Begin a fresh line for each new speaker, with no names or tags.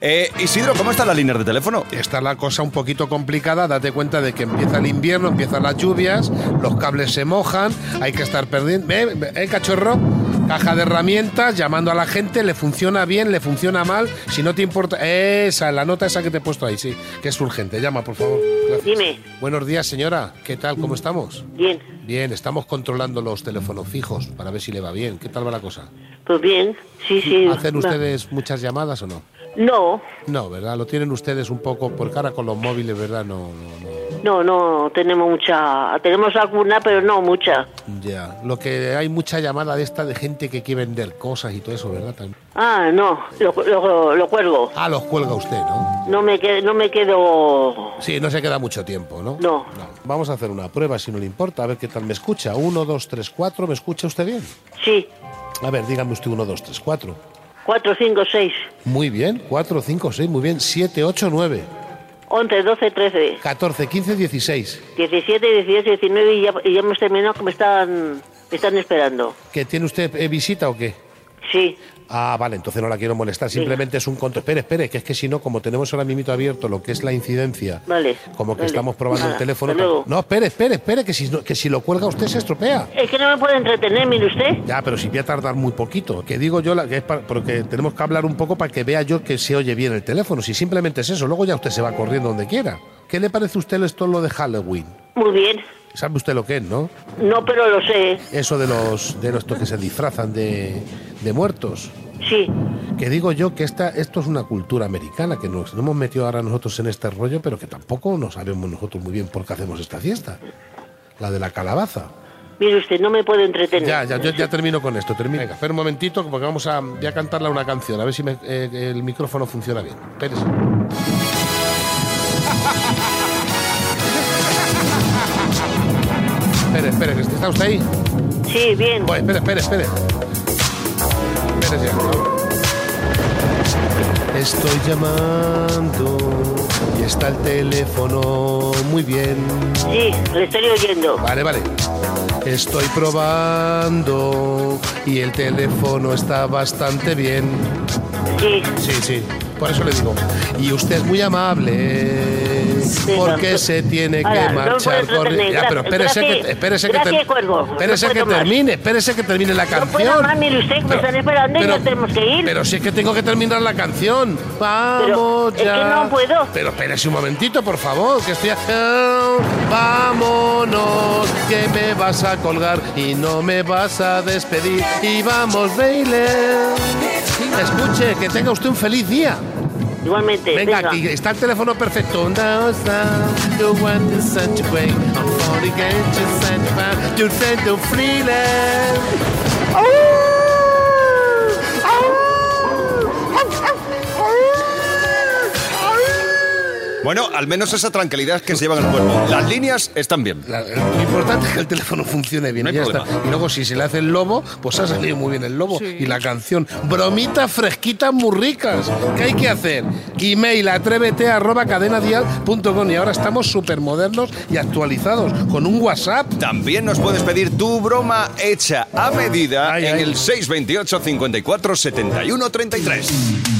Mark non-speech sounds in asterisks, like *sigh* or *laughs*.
Eh, Isidro, ¿cómo están las líneas de teléfono? Eh,
Está la cosa un poquito complicada, date cuenta de que empieza el invierno, empiezan las lluvias, los cables se mojan, hay que estar perdiendo... ¿Eh, eh, cachorro? Caja de herramientas, llamando a la gente, le funciona bien, le funciona mal, si no te importa... Esa, la nota esa que te he puesto ahí, sí, que es urgente, llama, por favor. Gracias.
Dime.
Buenos días, señora, ¿qué tal? ¿Cómo estamos?
Bien,
Bien, estamos controlando los teléfonos fijos para ver si le va bien. ¿Qué tal va la cosa?
pues bien, sí, sí.
¿Hacen
va.
ustedes muchas llamadas o no?
No,
No, ¿verdad? Lo tienen ustedes un poco por cara con los móviles, ¿verdad? No, no, no.
no, no tenemos mucha, tenemos alguna, pero no mucha.
Ya. Lo que hay mucha llamada de esta de gente que quiere vender cosas y todo eso, ¿verdad? Tam-
Ah, no, lo, lo, lo cuelgo.
Ah, los cuelga usted, ¿no?
No me, que- no me quedo,
Sí, no se queda mucho tiempo, ¿no?
No.
Vamos a hacer una prueba, si no le importa, a ver qué tal me escucha. Uno, dos, tres, cuatro, ¿me escucha usted bien?
sí,
A ver, dígame usted uno, dos, tres, cuatro.
cuatro, cinco, seis,
Muy bien, cuatro, cinco, seis, muy bien. Siete, ocho, nueve,
11, 12, 13,
catorce, quince, dieciséis.
17, 18, 19 y ya, y ya hemos terminado que me están, me están esperando.
¿Que tiene usted eh, visita o qué?
Sí,
Ah, vale, entonces no la quiero molestar, simplemente es un control. Espere, espere, que es que si no, como tenemos ahora mismo abierto lo que es la incidencia,
Vale,
como que
vale.
estamos probando
Nada,
el teléfono.
hasta luego.
No, espere, espere, espere, que si, no- que si lo cuelga usted se estropea.
es que no me puede entretener, mire usted.
Ya, pero si voy a tardar muy poquito. Que digo yo, la, que es para- porque tenemos que hablar un poco para que vea yo que se oye bien el teléfono. Si simplemente es eso, luego ya usted se va corriendo donde quiera. ¿Qué le parece a usted esto lo de Halloween?
Muy bien,
¿Sabe usted lo que es, no?
no, pero lo sé,
Eso de los de los estos que se disfrazan de, de muertos.
sí,
Que digo yo que esta, esto es una cultura americana, que nos, nos hemos metido ahora nosotros en este rollo, pero que tampoco no sabemos nosotros muy bien por qué hacemos esta fiesta. La de la calabaza.
mire usted, no me puede entretener.
Ya, ya, yo ya termino con esto. Termino. Venga, espera un momentito, porque vamos a, voy a cantarle una canción, a ver si me- eh, el micrófono funciona bien. Espérese. *laughs* Espere, espere, que ¿está usted ahí?
Sí, bien,
Bueno, espere, espere, espere. Espere ya, por favor. Estoy llamando y está el teléfono muy bien.
sí, le estoy oyendo.
Vale, vale. Estoy probando y el teléfono está bastante bien.
Sí,
Sí, sí, por eso le digo. Y usted es muy amable porque
no.
se tiene que
Ahora, no me
marchar
puedes retener.
corriendo. Ya, pero espérese
Gracias,
que, espérese que,
gracias, cuervo. No
espérese que
puedo más.
termine, espérese que termine la
No
canción.
puedo más, mire usted, que me Pues están esperando y no tenemos que ir.
Pero si es que tengo que terminar la canción. Vamos
es que
ya.
no puedo.
Pero espérese un momentito, por favor, que estoy. a- Vámonos, que me vas a colgar y no me vas a despedir. Y vamos, Baile. Escuche, que tenga usted un feliz día.
Igualmente,
Venga,
venga.
aquí está el teléfono perfecto. Una osa, you want the sun to break. I'm falling into sand, but you send the freedom.
Bueno, al menos esa tranquilidad que se lleva en el cuerpo. Las líneas están bien.
La- lo importante es que el teléfono funcione bien.
No hay
y ya está.
problema.
Y luego, si se le hace el lobo, pues ha salido muy bien el lobo. Y la canción, bromitas fresquitas muy ricas. ¿Qué hay que hacer? Email atrévete arroba cadenadial.com. Y ahora estamos súper modernos y actualizados con un WhatsApp.
También nos puedes pedir tu broma hecha a medida
Ay,
en
ay.
el 628 54 71 33.